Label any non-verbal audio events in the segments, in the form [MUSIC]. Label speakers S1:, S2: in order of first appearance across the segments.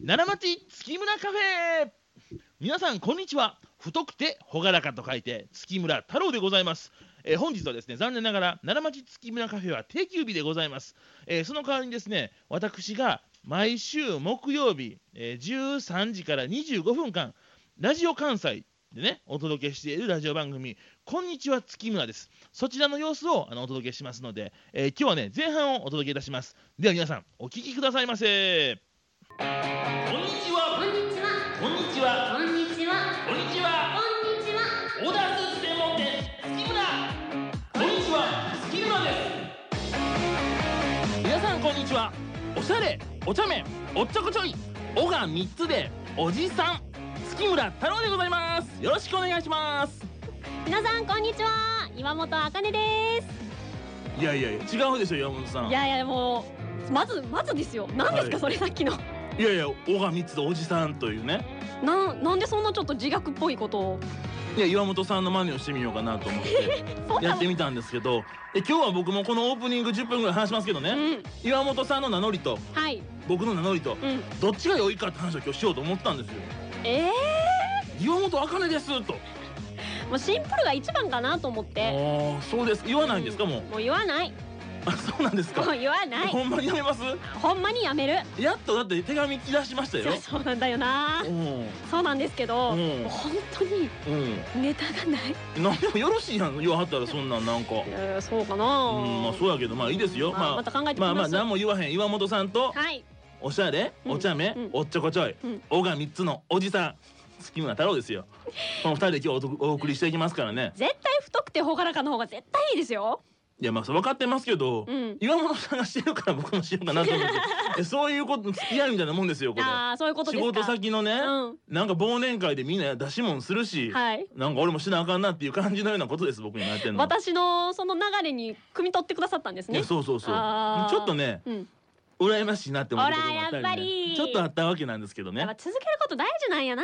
S1: 奈良町月村カフェ皆さんこんにちは太くて朗らかと書いて月村太郎でございます、えー本日はですね残念ながら奈良町月村カフェは定休日でございます、えーその代わりにですね私が毎週木曜日、えー13時から25分間ラジオ関西でねお届けしているラジオ番組「こんにちは月村」ですそちらの様子をあのお届けしますので、えー今日はね前半をお届けいたしますでは皆さんお聞きくださいませこんにちは
S2: こんにちは。
S1: こんにちは
S2: こんにちは。
S1: こんにちは。
S2: こんにちは。
S1: オーダースーツ専門店月村。こんにちは。月村です。皆さんこんにちは。おしゃれ、お茶目、おっちょこちょい、おが三つでおじさん月村太郎でございます。よろしくお願いします。
S2: 皆さんこんにちは。岩本あかねです。
S1: いやいや違うでしょ山本さん。
S2: いやいやもうまずまずですよ。なんですか、
S1: はい
S2: それさっきの。
S1: いやいやおが三つでおじさんというね。
S2: なんなんでそんなちょっと自虐っぽいことを。
S1: いや岩本さんの真似をしてみようかなと思って
S2: そん
S1: [LAUGHS] や
S2: な
S1: ってみたんですけど、え今日は僕もこのオープニング10分ぐらい話しますけど
S2: う
S1: ね、
S2: ん。
S1: 岩本さんの名乗りと
S2: はい。
S1: 僕の名乗りと
S2: うん。
S1: どっちが良いかって話を今日しようと思ったんですよ
S2: え
S1: 岩本茜ですと
S2: ー、もうシンプルが一番かなと思っ
S1: ああ
S2: て。
S1: ーそうです言わないんですかもう
S2: もう言わない。
S1: あそうなんです
S2: も
S1: か
S2: う言わない。
S1: ほんまにやめます
S2: ほんまにやめる。
S1: やっとだって手紙来だしました
S2: いや
S1: よ
S2: [LAUGHS] そうなんだよな
S1: う。ん
S2: そうなんですけど、
S1: うん
S2: もう本当に
S1: う
S2: ネタがない。
S1: んなんでもよろしいやん言わはったらそんなんなんか
S2: いやいやそうかな。
S1: うんまあそうやけどまあいいですよ
S2: まあ、
S1: ま
S2: ま
S1: あ
S2: た考えてみ
S1: まあ
S2: ま
S1: まあ
S2: す。
S1: 何も言わへん岩本さんと
S2: はい。
S1: おしゃれ
S2: うん
S1: お茶目
S2: うん
S1: おっちょこちょい
S2: うん
S1: おが三つのおじさん月村太郎です
S2: [LAUGHS]
S1: よこの二人で今日おとお送りしていきますからね
S2: 絶対太くて朗らかの方が絶対いいですよ。
S1: いやまあそう分かってますけど、
S2: うん。
S1: 岩本さんがしてるから僕もしようかなと
S2: [LAUGHS]
S1: 思ってえそういうこと付き合いみたいなもんですよこれ
S2: ああそういうことで
S1: 仕
S2: すか。
S1: 事先のね、
S2: うん。
S1: なんか忘年会でみんな出し物するし、
S2: はい。
S1: なんか俺もしなあかんなっていう感じのようなことです僕にやってんのは
S2: 私のその流れに汲み取ってくださったんです
S1: いや
S2: ね。
S1: そうそうそう
S2: あー
S1: ちょっとね
S2: うん。
S1: 羨ましいなって思ったこともあった
S2: ほらやっぱ
S1: り,、ね、
S2: り
S1: ちょっとあったわけなんですけど
S2: や
S1: ね
S2: っぱ続けること大事なんやな。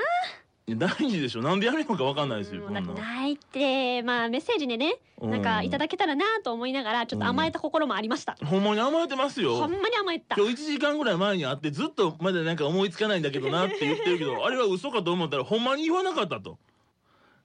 S1: いや大事でしょなんでやめるのか分かんないですよ、
S2: うん
S1: こんな
S2: だっ
S1: ん
S2: てないってまあメッセージでね、なんかいただけたらなと思いながらちょっと甘えた心もありました。
S1: うんほんまに甘えてます
S2: ほ
S1: よ
S2: んまに甘えた。
S1: 今日1時間ぐらい前に会ってずっとまだなんか思いつかないんだけどなって言ってるけ
S2: [LAUGHS]
S1: どあれは嘘かと思ったらほんまに言わなかったと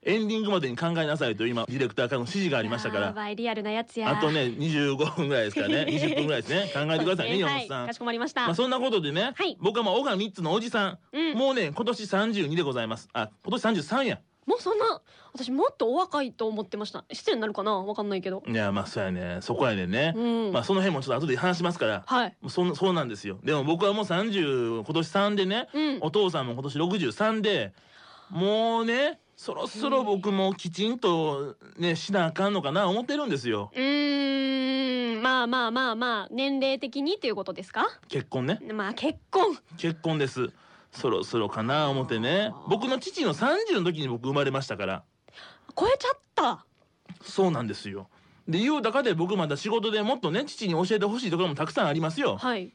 S1: エンディングまでに考えなさいと今ディレクターからの指示がありましたか
S2: や
S1: ら
S2: ばいリアルなやつや。
S1: あとね25分ぐらいですかね
S2: [LAUGHS]
S1: 20分ぐらいですね考えてくださいね
S2: そう
S1: 岩
S2: です
S1: 本さん、
S2: はい。かしこまりました。
S1: まあそんなことでね、
S2: はい
S1: 僕はまあ小川3つのおじさん、
S2: うん。も
S1: もうね今年32でございますあ今年33や
S2: うそんな私もっとお若いと思ってました。失礼になるかなわかんないけど。
S1: いやまあそうやねそこやねんね
S2: う、ん。
S1: まあその辺もちょっと後で話しますから
S2: はい。
S1: そんそうなんですよでも僕はもう30今年3でね、
S2: う
S1: [LAUGHS]
S2: ん。
S1: お父さんも今年63でもうねそろそろ僕もきちんとねしなあかんのかな思ってるんですよ
S2: うーんまあまあまあまあ年齢的にということですか
S1: 結婚ね
S2: まあ結婚
S1: 結婚ですそろそろかな思ってね僕の父の30の時に僕生まれましたから
S2: 超えちゃった
S1: そうなんですよでいう中で僕まだ仕事でもっとね父に教えてほしいところもたくさんありますよ
S2: はい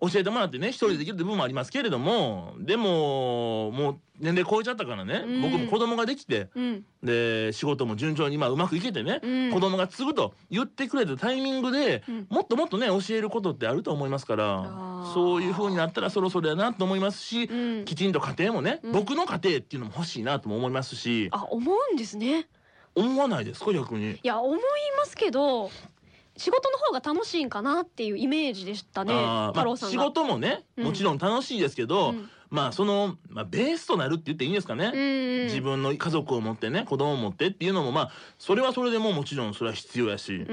S1: 教えてもらってね一人でできる部分もありますけれどもでももう年齢超えちゃったからね
S2: うん
S1: 僕も子供ができて
S2: うん
S1: で仕事も順調にまあうまくいけてね
S2: うん
S1: 子供が継ぐと言ってくれたタイミングで
S2: うん
S1: もっともっとね教えることってあると思いますから
S2: あー
S1: そういう風になったらそろそろやなと思いますし
S2: うん
S1: きちんと家庭もね、
S2: うん
S1: 僕の家庭っていうのも欲しいなとも思いますし
S2: あ思うんですね
S1: 思わないですか逆に。
S2: いや思いますけど仕事の方が楽しいんかなっていうイメージでしたね
S1: あー
S2: 太
S1: ま
S2: 郎
S1: あ、
S2: さん
S1: 仕
S2: が、
S1: 事もね
S2: うん
S1: もちろん楽しいですけど、
S2: うん
S1: まあその、まあ、ベースとなるって言っていいんですかね。
S2: うん
S1: 自分の家族を持ってね子供を持ってっていうのもまあそれはそれでもうもちろんそれは必要やし、
S2: う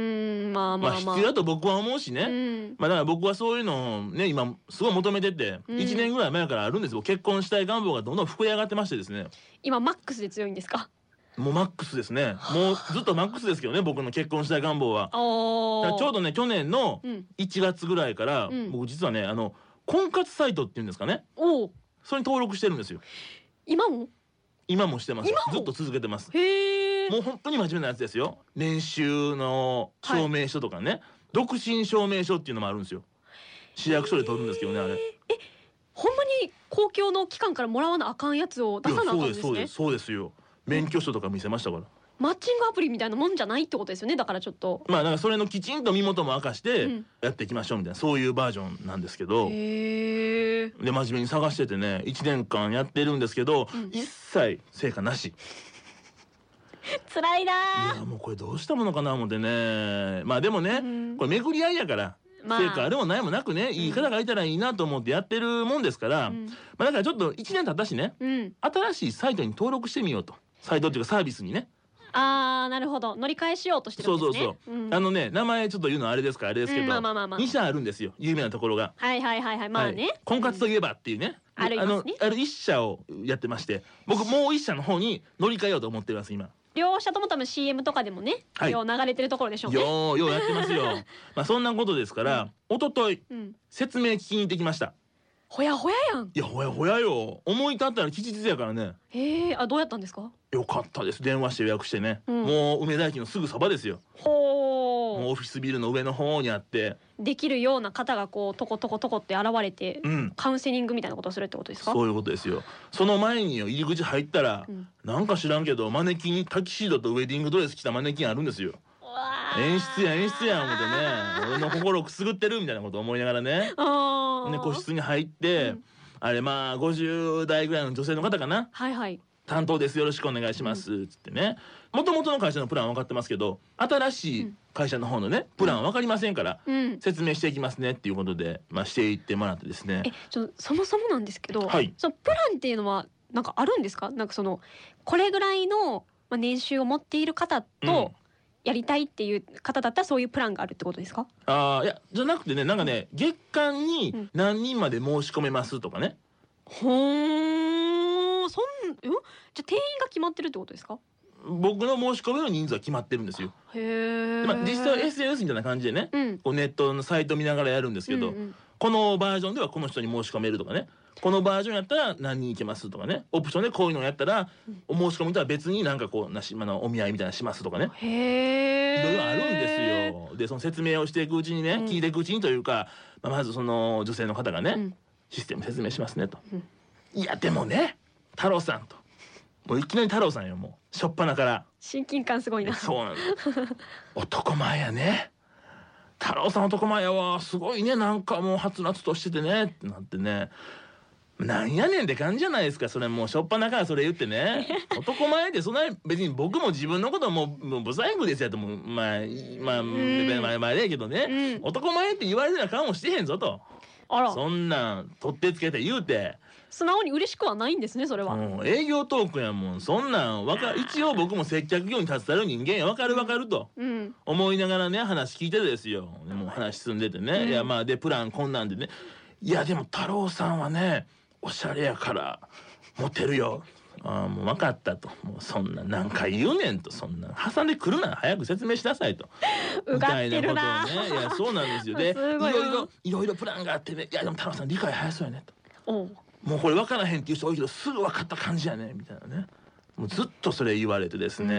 S2: んまあ
S1: ま
S2: まあ
S1: あ
S2: まあ、
S1: 必要だと僕は思うしね、
S2: うん
S1: まあだから僕はそういうのをね今すごい求めてて、
S2: うん
S1: 1年ぐらい前からあるんですよ結婚したい願望がどんどん膨れ上がってましてですね
S2: 今マックスで強いんですか
S1: もうマックスですねもうずっとマックスですけどね僕の結婚したい願望は
S2: お
S1: だから
S2: ー
S1: ちょうどね去年の
S2: うん、
S1: 1月ぐらいから、
S2: うん
S1: 僕実はねあの婚活サイトっていうんですかね
S2: おー
S1: それに登録してるんですよ
S2: 今も
S1: 今もしてます
S2: 今も
S1: ずっと続けてます
S2: へえ
S1: もう本当に真面目なやつですよ年収の証明書とかね、独身証明書っていうのもあるんですよ市役所で取るんですけどねあれ
S2: ほんまに公共の機関からもらわなあかんやつを出さなあかんです
S1: そうで
S2: ね
S1: すそうですそうですよ免許証とか見せましたから
S2: マッチングアプリみたいなもんじゃないってことですよねだからちょっと。
S1: まあなんかそれのきちんと身元も明かし
S2: う
S1: て
S2: ん
S1: やっていきましょうみたいなそういうバージョンなんですけど、
S2: へえ。
S1: で真面目に探しててね1年間やってるんですけど、
S2: うん
S1: 一切成果なし
S2: 辛いない
S1: やもうこれどうしたものかな思ってねまあでもね、
S2: うん
S1: これ巡り合いやから
S2: ー。まあ。
S1: 成果あるもないもなくね、いい方がいたらいいなと思ってやってるもんですから、
S2: うん
S1: まあだからちょっと1年経ったしね
S2: うん。
S1: 新しいサイトに登録してみようとサイトっていうかサービスにね、
S2: ああなるほど乗り換えしようとしてるんですね。
S1: そうそう
S2: そう。ん、
S1: あのね名前ちょっと言うのはあれですからあれですけど、
S2: うんまあまあまあまあ
S1: 2社あるんですよ有名なところが。
S2: はいはいはいはいまあね。
S1: はい婚活といえばっていうね、
S2: うんありますね
S1: のある1社をやってまして僕もう1社の方に乗り換えようと思ってます今。
S2: 両者とも多分 CM とかでもね、
S1: はい
S2: よう流れてるところでしょうね。
S1: ようようやってます
S2: [LAUGHS]
S1: よ。まあそんなことですから、一昨日
S2: うん、
S1: 説明聞きに行ってきました。
S2: ほやほややん。
S1: いやほやほやよ。思い立ったら吉日やからね。
S2: へえあどうやったんですか。
S1: よかったです。電話して予約してね。
S2: うん
S1: もう梅田駅のすぐそばですよ。もう
S2: ほう
S1: オフィスビルの上の方にあって、
S2: できるような方がこうとことことこって現れて、
S1: うん。
S2: カウンセリングみたいなことをするってことですか。
S1: そういうことですよ。その前によ入り口入ったら、
S2: うん
S1: なんか知らんけどマネキンにタキシードとウェディングドレス着たマネキンあるんですよ。
S2: うわー
S1: 演出や演出や思ってね、俺の心をくすぐってるみたいなこと思いながらね。
S2: ああ。
S1: ね個室に入って、
S2: うん
S1: あれまあ50代ぐらいの女性の方かな
S2: はいはい。
S1: 担当ですよろしくお願いします、つってねもともとの会社のプランは分かってますけど新しい会社の方のねプランは分かりませんから、
S2: うん。
S1: 説明していきますねっていうことで、まあ、していってもらってですね
S2: えちょそもそもなんですけど、
S1: はい
S2: そのプランっていうのはなんかあるんですかなんかそのこれぐらいのまあ年収を持っている方
S1: うん
S2: とやりたいっていう方だったらそういうプランがあるってことですか、
S1: あーいやじゃなくてねなんかね月間
S2: う
S1: に
S2: ん
S1: 何人まで申し込めますとかね
S2: ほーんそんんじゃあ定員が決まってるってことですか
S1: 僕の申し込みの人数は決まってるんですよ。
S2: へえ、
S1: まあ、実際は SNS みたいな感じでね
S2: うん
S1: こうネットのサイト見ながらやるんですけど、
S2: うんうん
S1: このバージョンではこの人に申し込めるとかねこのバージョンやったら何人いけますとかねオプションでこういうのをやったらお申し込みとは別になんかこうなし、まあ、お見合いみたいなのしますとかね
S2: へ
S1: い
S2: え
S1: ろいろあるんですよ。でその説明をしていくうちにね、
S2: うん
S1: 聞いていくうちにというか、まあ、まずその女性の方がね、
S2: うん
S1: システム説明しますねと。
S2: うん
S1: いやでもね太郎さんともういきなり太郎さんよもう初っ端から。
S2: 親近感すごいな
S1: そうなの。男前やね。太郎さん男前やわ。すごいね。なんかもうはつらつとしててね。ってなってね。なんやねんって感じじゃないですか。それもうしょっぱなからそれ言ってね。男前でそんな別に僕も自分のこともうもうブサイクですやともうまあまあ
S2: ん
S1: まあまあまあやけどね
S2: う。ん
S1: 男前って言われるような顔もしてへんぞと。
S2: あら
S1: そんなん取ってつけて言うて。
S2: 素直に嬉しくはないんですねそれは、
S1: もう営業トークやもん。そんなんわか一応僕も接客業に携わる人間やわかるわかると。
S2: うん、
S1: 思いながらね話聞いててですよでもう話進んでてね、
S2: うん
S1: いやまあでプランこんなんでねいやでも太郎さんはねおしゃれやからモテるよああもう分かったともうそんな何回言うねんとそんな挟んでくるな早く説明しなさいと
S2: うがってるな
S1: みたいなことをねいやそうなんですよでい
S2: [LAUGHS] すごいな
S1: ろいろいろいろプランがあってねいやでも太郎さん理解早そうやねと
S2: おう
S1: もうこれ分からへんっていう人多いけどすぐ分かった感じやねみたいなねもうずっとそれ言われてですね、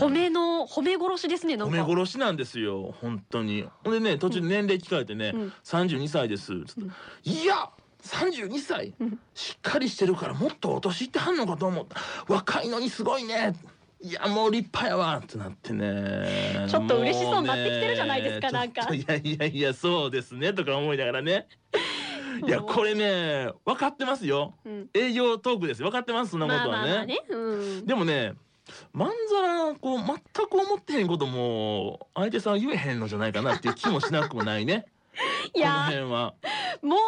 S2: 褒めの褒め殺しですねなん
S1: 褒
S2: か
S1: め殺しなんですよ本当にほんでね途中で年齢聞かれてね「
S2: うん
S1: 32歳です」つって「いや32歳
S2: うん
S1: しっかりしてるからもっとお年いってはんのかと思った若いのにすごいね」いやもう立派やわってなってね
S2: ちょっと嬉しそう
S1: も
S2: になってきてるじゃないですか
S1: ね
S2: なん
S1: ちょ
S2: か
S1: っといやいやいやそうですねとか思いながら
S2: [LAUGHS]
S1: ねいや
S2: もう
S1: これね分かってますよ
S2: うん
S1: 営業トークですよ分かってますそんなこ
S2: まあ
S1: と
S2: ま
S1: は
S2: あまあ
S1: ね
S2: ね。うん。
S1: でもねまんざらこう全く思ってへんことも相手さんは言えへんのじゃないかなっていう気もしなくもないね
S2: [LAUGHS] い
S1: この
S2: や
S1: 辺は。
S2: ーもう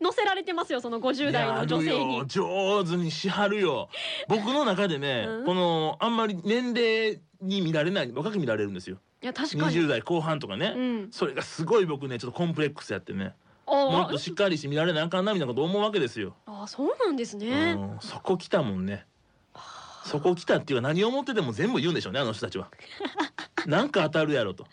S2: 乗せられてますよその50代の女
S1: い
S2: 性
S1: やあ
S2: に
S1: るよ。上手にしはるよ僕の中でね、
S2: [LAUGHS] うん
S1: このあんまり年齢に見られない若く見られるんですよ
S2: いや確かに。
S1: 20代後半とかね、
S2: うん。
S1: それがすごい僕ねちょっとコンプレックスやってねも
S2: あ
S1: っとしっかりして見られなあかんなみたいなこと思うわけですよ、
S2: あそうなんですね。
S1: うん、そこ来たもんねそこ来たっていうか何を思ってても全部言うんでしょうねあの人たち
S2: [LAUGHS]
S1: はなんか当たるやろと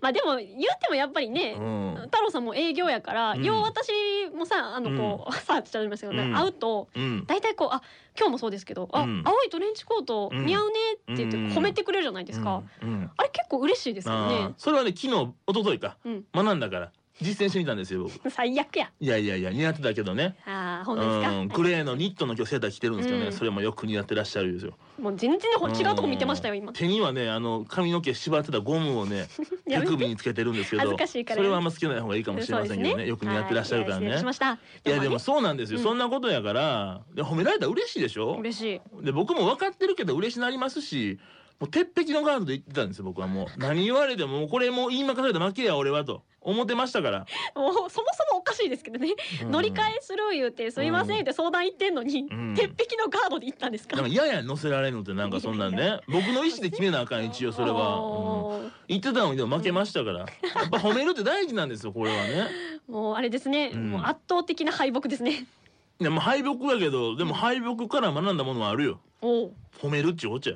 S2: まあでも言ってもやっぱりね。
S1: うん
S2: 太郎さんも営業やから、
S1: うん
S2: よう私もさあのこう、 [LAUGHS] さあって言っちゃいましたけどね、
S1: うん
S2: 会うと
S1: うん、
S2: 大体こうあ今日もそうですけど、あ
S1: うん
S2: 青いトレンチコート
S1: うん
S2: 似合うねって言って
S1: うん
S2: 褒めてくれるじゃないですか、
S1: うんうん
S2: あれ結構嬉しいですよ
S1: あ
S2: ね
S1: あそれはね昨日一昨日か
S2: うん
S1: 学んだから実践してみたんですよ僕
S2: 最悪や。
S1: いやいやいや似合ってたけどね
S2: ああ、
S1: う
S2: 本当ですか。
S1: んグレーのニットの今日セーター着てるんですけどね、
S2: うん
S1: それもよく似合ってらっしゃるんですよ
S2: もう全然ほ違うとこ見てました
S1: う
S2: よ、
S1: ん
S2: 今。
S1: 手にはねあの髪の毛縛ってたゴムをね手
S2: [LAUGHS] やめて
S1: 首につけてるんですけど
S2: 恥ずかしいから
S1: それはあんまつけない方がいいかもしれませんけどね
S2: そうです
S1: よく似合ってらっしゃるからね、
S2: はい失礼しました。
S1: いやでもそうなんですよ、
S2: うん
S1: そんなことやからで褒められたら嬉しいでしょ
S2: 嬉しい。
S1: で僕も分かってるけど嬉しなりますしもう鉄壁のガードで言ってたんですよ僕は
S2: [LAUGHS]
S1: もう何言われてももうこれもう言いまかされた負けや俺はと思ってましたから、
S2: もうそもそもおかしいですけどね。乗り換えする言うて、すいませんって相談行ってんのに、
S1: うん
S2: 鉄壁のガードで行ったんですか。
S1: なんか嫌や乗せられるのってなんかそんなんね僕の意思で決めなあかん一応それは、うん
S2: [LAUGHS] おー
S1: 言ってたのにでも負けましたからやっぱ褒めるって大事なんですよこれはね
S2: もうあれですね、
S1: うん
S2: もう圧倒的な敗北ですね。
S1: でも敗北やけどでも敗北から学んだものはあるよ
S2: おお、
S1: 褒めるっちゅうこっちゃ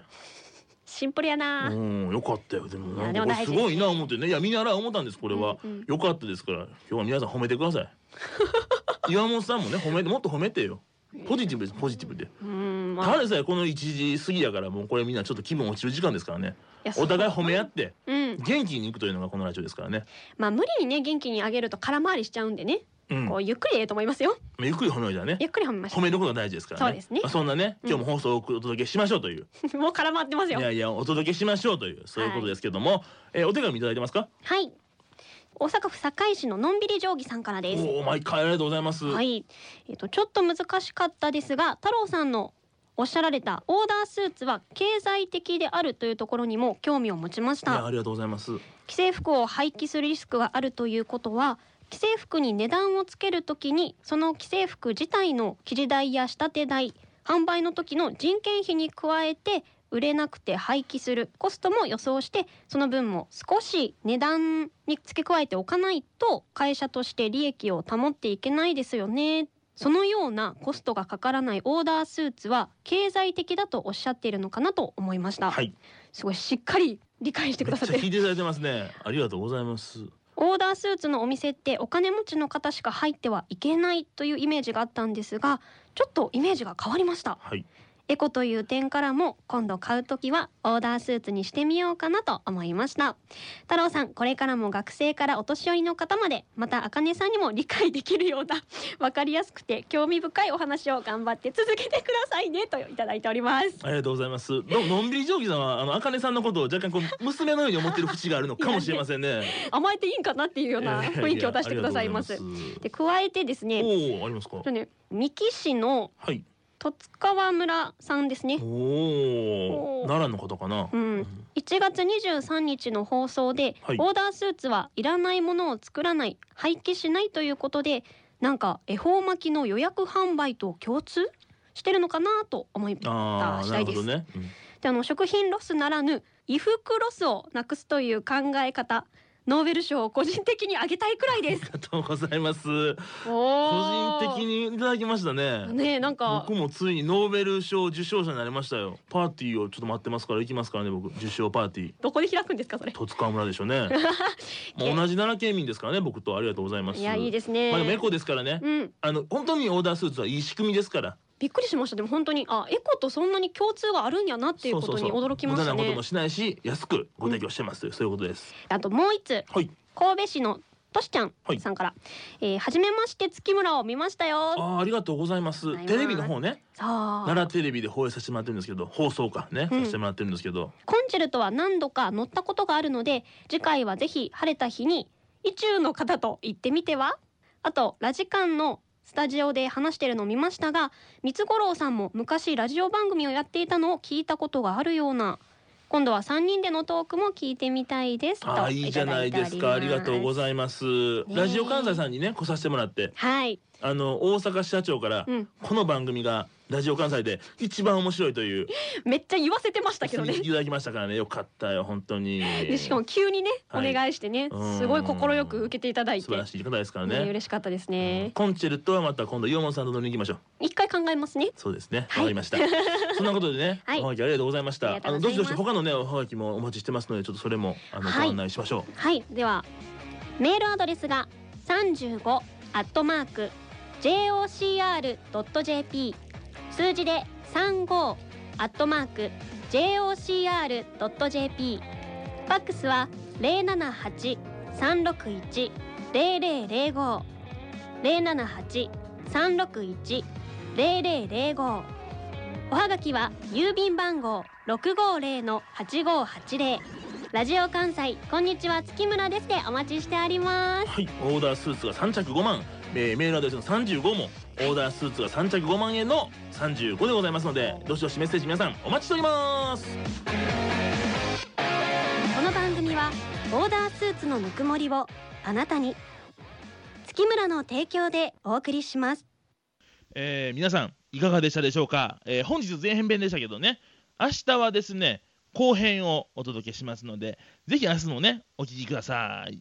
S2: シンプルやな。
S1: うん、よかったよ。でも、なん
S2: いや
S1: かこれ
S2: でも大
S1: す
S2: 事
S1: ごいな思ってね、いや、見習い思ったんです。これは、
S2: うんうん
S1: よかったですから、今日は皆さん褒めてくださ
S2: [LAUGHS]
S1: い。岩本さんもね、褒めて、もっと褒めてよ。ポジティブです、ポジティブで。
S2: うん、ま
S1: た
S2: あ、
S1: だでさえ、この1時過ぎやから、もうこれみんなちょっと気分落ちる時間ですからね。
S2: やそう
S1: お互い褒め合って、
S2: うん、
S1: 元気にいくというのがこのラジオですからね。
S2: まあ無理にね元気にあげると空回りしちゃうんでね、
S1: うん、
S2: こうゆっくりええと思いま
S1: [LAUGHS]
S2: すよ。
S1: ゆっくり褒めるじゃね
S2: ゆ。っくり褒めまし
S1: 褒めることが大事ですからね。
S2: そうですね
S1: まあそんなね、今日も放送をお届けしましょうという。
S2: た。もう空回ってますよ
S1: い。やいや、お届けしましょうという、そういうことですけども、えーお手紙いただいてますか。
S2: はい。大阪府堺市ののんびり定規さんからです。
S1: おお、毎回ありがとうございます。
S2: はい。えっ、とちょっと難しかったですが、太郎さんのおっしゃられたオーダースーツは経済的であるというところにも興味を持ちまし
S1: いや、あ
S2: た。
S1: りがとうございます。
S2: 既製服を廃棄するリスクがあるということは。既製服に値段をつけるときにその既製服自体の生地代や仕立て代販売の時の人件費に加えて売れなくて廃棄するコストも予想してその分も少し値段に付け加えておかないと会社として利益を保っていけないですよねそのようなコストがかからないオーダースーツは経済的だとおっしゃっているのかなと思いました、
S1: はい。
S2: すごいしっかり理解してく
S1: めっ
S2: だ
S1: ちゃ
S2: さって
S1: 聞いていただいてますね。ありがとうございます。
S2: オーダースーツのお店ってお金持ちの方しか入ってはいけないというイメージがあったんですがちょっとイメージが変わりました
S1: はい。
S2: エコという点からも今度買うときはオーダースーツにしてみようかなと思いました太郎さんこれからも学生からお年寄りの方までまた茜さんにも理解できるようなわかりやすくて興味深いお話を頑張って続けてくださいねといただいております
S1: ありがとうございます。どのんびり定規さんは、あの、あかねさんのことを若干こう、娘のように思ってる節があるのかもしれませんね。
S2: 甘えていいんかなっていうような雰囲気を出してくださいます
S1: ややありがとう
S2: で加えてですね
S1: ございますおお、ありますか
S2: ちょっ。とね三木市の
S1: はい。
S2: 十津川村さんですね
S1: おお
S2: おー
S1: ー、奈良の方かな
S2: う。ん、1月23日の放送で、
S1: はい
S2: オーダースーツはいらないものを作らない廃棄しないということでなんか恵方巻きの予約販売と共通してるのかなと思い
S1: あ
S2: ま
S1: あ、
S2: し
S1: な
S2: た
S1: るほ
S2: いです。
S1: どね。うん
S2: であの食品ロスならぬ衣服ロスをなくすという考え方ノーベル賞を個人的にあげたいくらいです
S1: あ。りがとうございます。 [LAUGHS] 個
S2: 個
S1: 人的にいただきましたね。
S2: ねえなんか
S1: 僕もついにノーベル賞受賞者になりましたよ。パーティーをちょっと待ってますから、行きますからね、僕、受賞パーティー。
S2: どこで開くんですかそれ。
S1: 戸塚村でしょう
S2: [LAUGHS]
S1: ね。もう同じ奈良県民ですからね、僕とありがとうございます。
S2: いやいいですね。
S1: まあ、でもエコですからね。
S2: うん、
S1: あの本当にオーダースーツはいい仕組みですから。
S2: びっくりしましたでも本当にあエコとそんなに共通があるんやなっていうことに驚きましたね
S1: 無駄なこともしないし、安くご提供してますという、そういうことです。
S2: あともう一つ
S1: はい。
S2: 神戸市のとしちゃんさんから、えー、はじめまして月村を見ました
S1: あ
S2: よ
S1: あ、ありがとうございます。
S2: ありがと
S1: テ
S2: うござ
S1: レ
S2: います
S1: ビの方ね、
S2: さあ
S1: 奈良テレビで放映させてもらってるんですけど、放送かね、
S2: うん
S1: させてもらってるんですけど。
S2: コンチェルトは何度か乗ったことがあるので次回はぜひ晴れた日に意中の方と行ってみてはあとラジカンのスタジオで話してるのを見ましたが三つ五郎さんも昔ラジオ番組をやっていたのを聞いたことがあるような今度は三人でのトークも聞いてみたいですと
S1: ああ、いいじゃないですか。ありがとうご
S2: い
S1: ざいます。
S2: ね
S1: ラジオ関西さんにね、来させてもらって、
S2: ますはい、
S1: あの大阪支社長から、
S2: うん、
S1: この番組がラジオ関西で一番面白いという。
S2: めっちゃ言わせてましたけどね
S1: いただきましたからね、よかったよ、本当に。
S2: でしかも急にね、
S1: はい
S2: お願いしてね
S1: うん
S2: すごい快く受けていただい
S1: 素
S2: て、
S1: 晴ら
S2: ね
S1: しい方ですからね。
S2: 嬉しかったですね、
S1: コンチェルトはまた今度岩本さんと乗りに行きましょう。
S2: 一回考えますね
S1: そうですね。わ
S2: はい
S1: かりました。 [LAUGHS] そんなことでね、
S2: はい
S1: おはがきありがとうございました。
S2: あ
S1: あ
S2: りがと
S1: の
S2: う
S1: どし
S2: ござい
S1: ど
S2: ま
S1: し
S2: す
S1: 他のねおはがきもお待ちしてますので、ちょっとそれもあの、
S2: はい
S1: ご案内しましょう。
S2: はいではメールアドレスが35アットマーク jocr.jp 数字で35アットマーク jocr.jp ファックスは078-361-0088零零零五零七八三六一零零零五おはがきは郵便番号六五零の八五八零ラジオ関西こんにちは月村ですでお待ちしております
S1: はい、オーダースーツが3着5万、えーメールアドレスの35もオーダースーツが3着5万円の35でございますのでどしどしメッセージ皆さんお待ちしております
S2: この番組はオーダースーツのぬくもりをあなたに月村の提供でお送りします
S3: えー皆さんいかがでしたでしょうか、えー本日前編編でしたけどね明日はですね後編をお届けしますのでぜひ明日もねお聴きください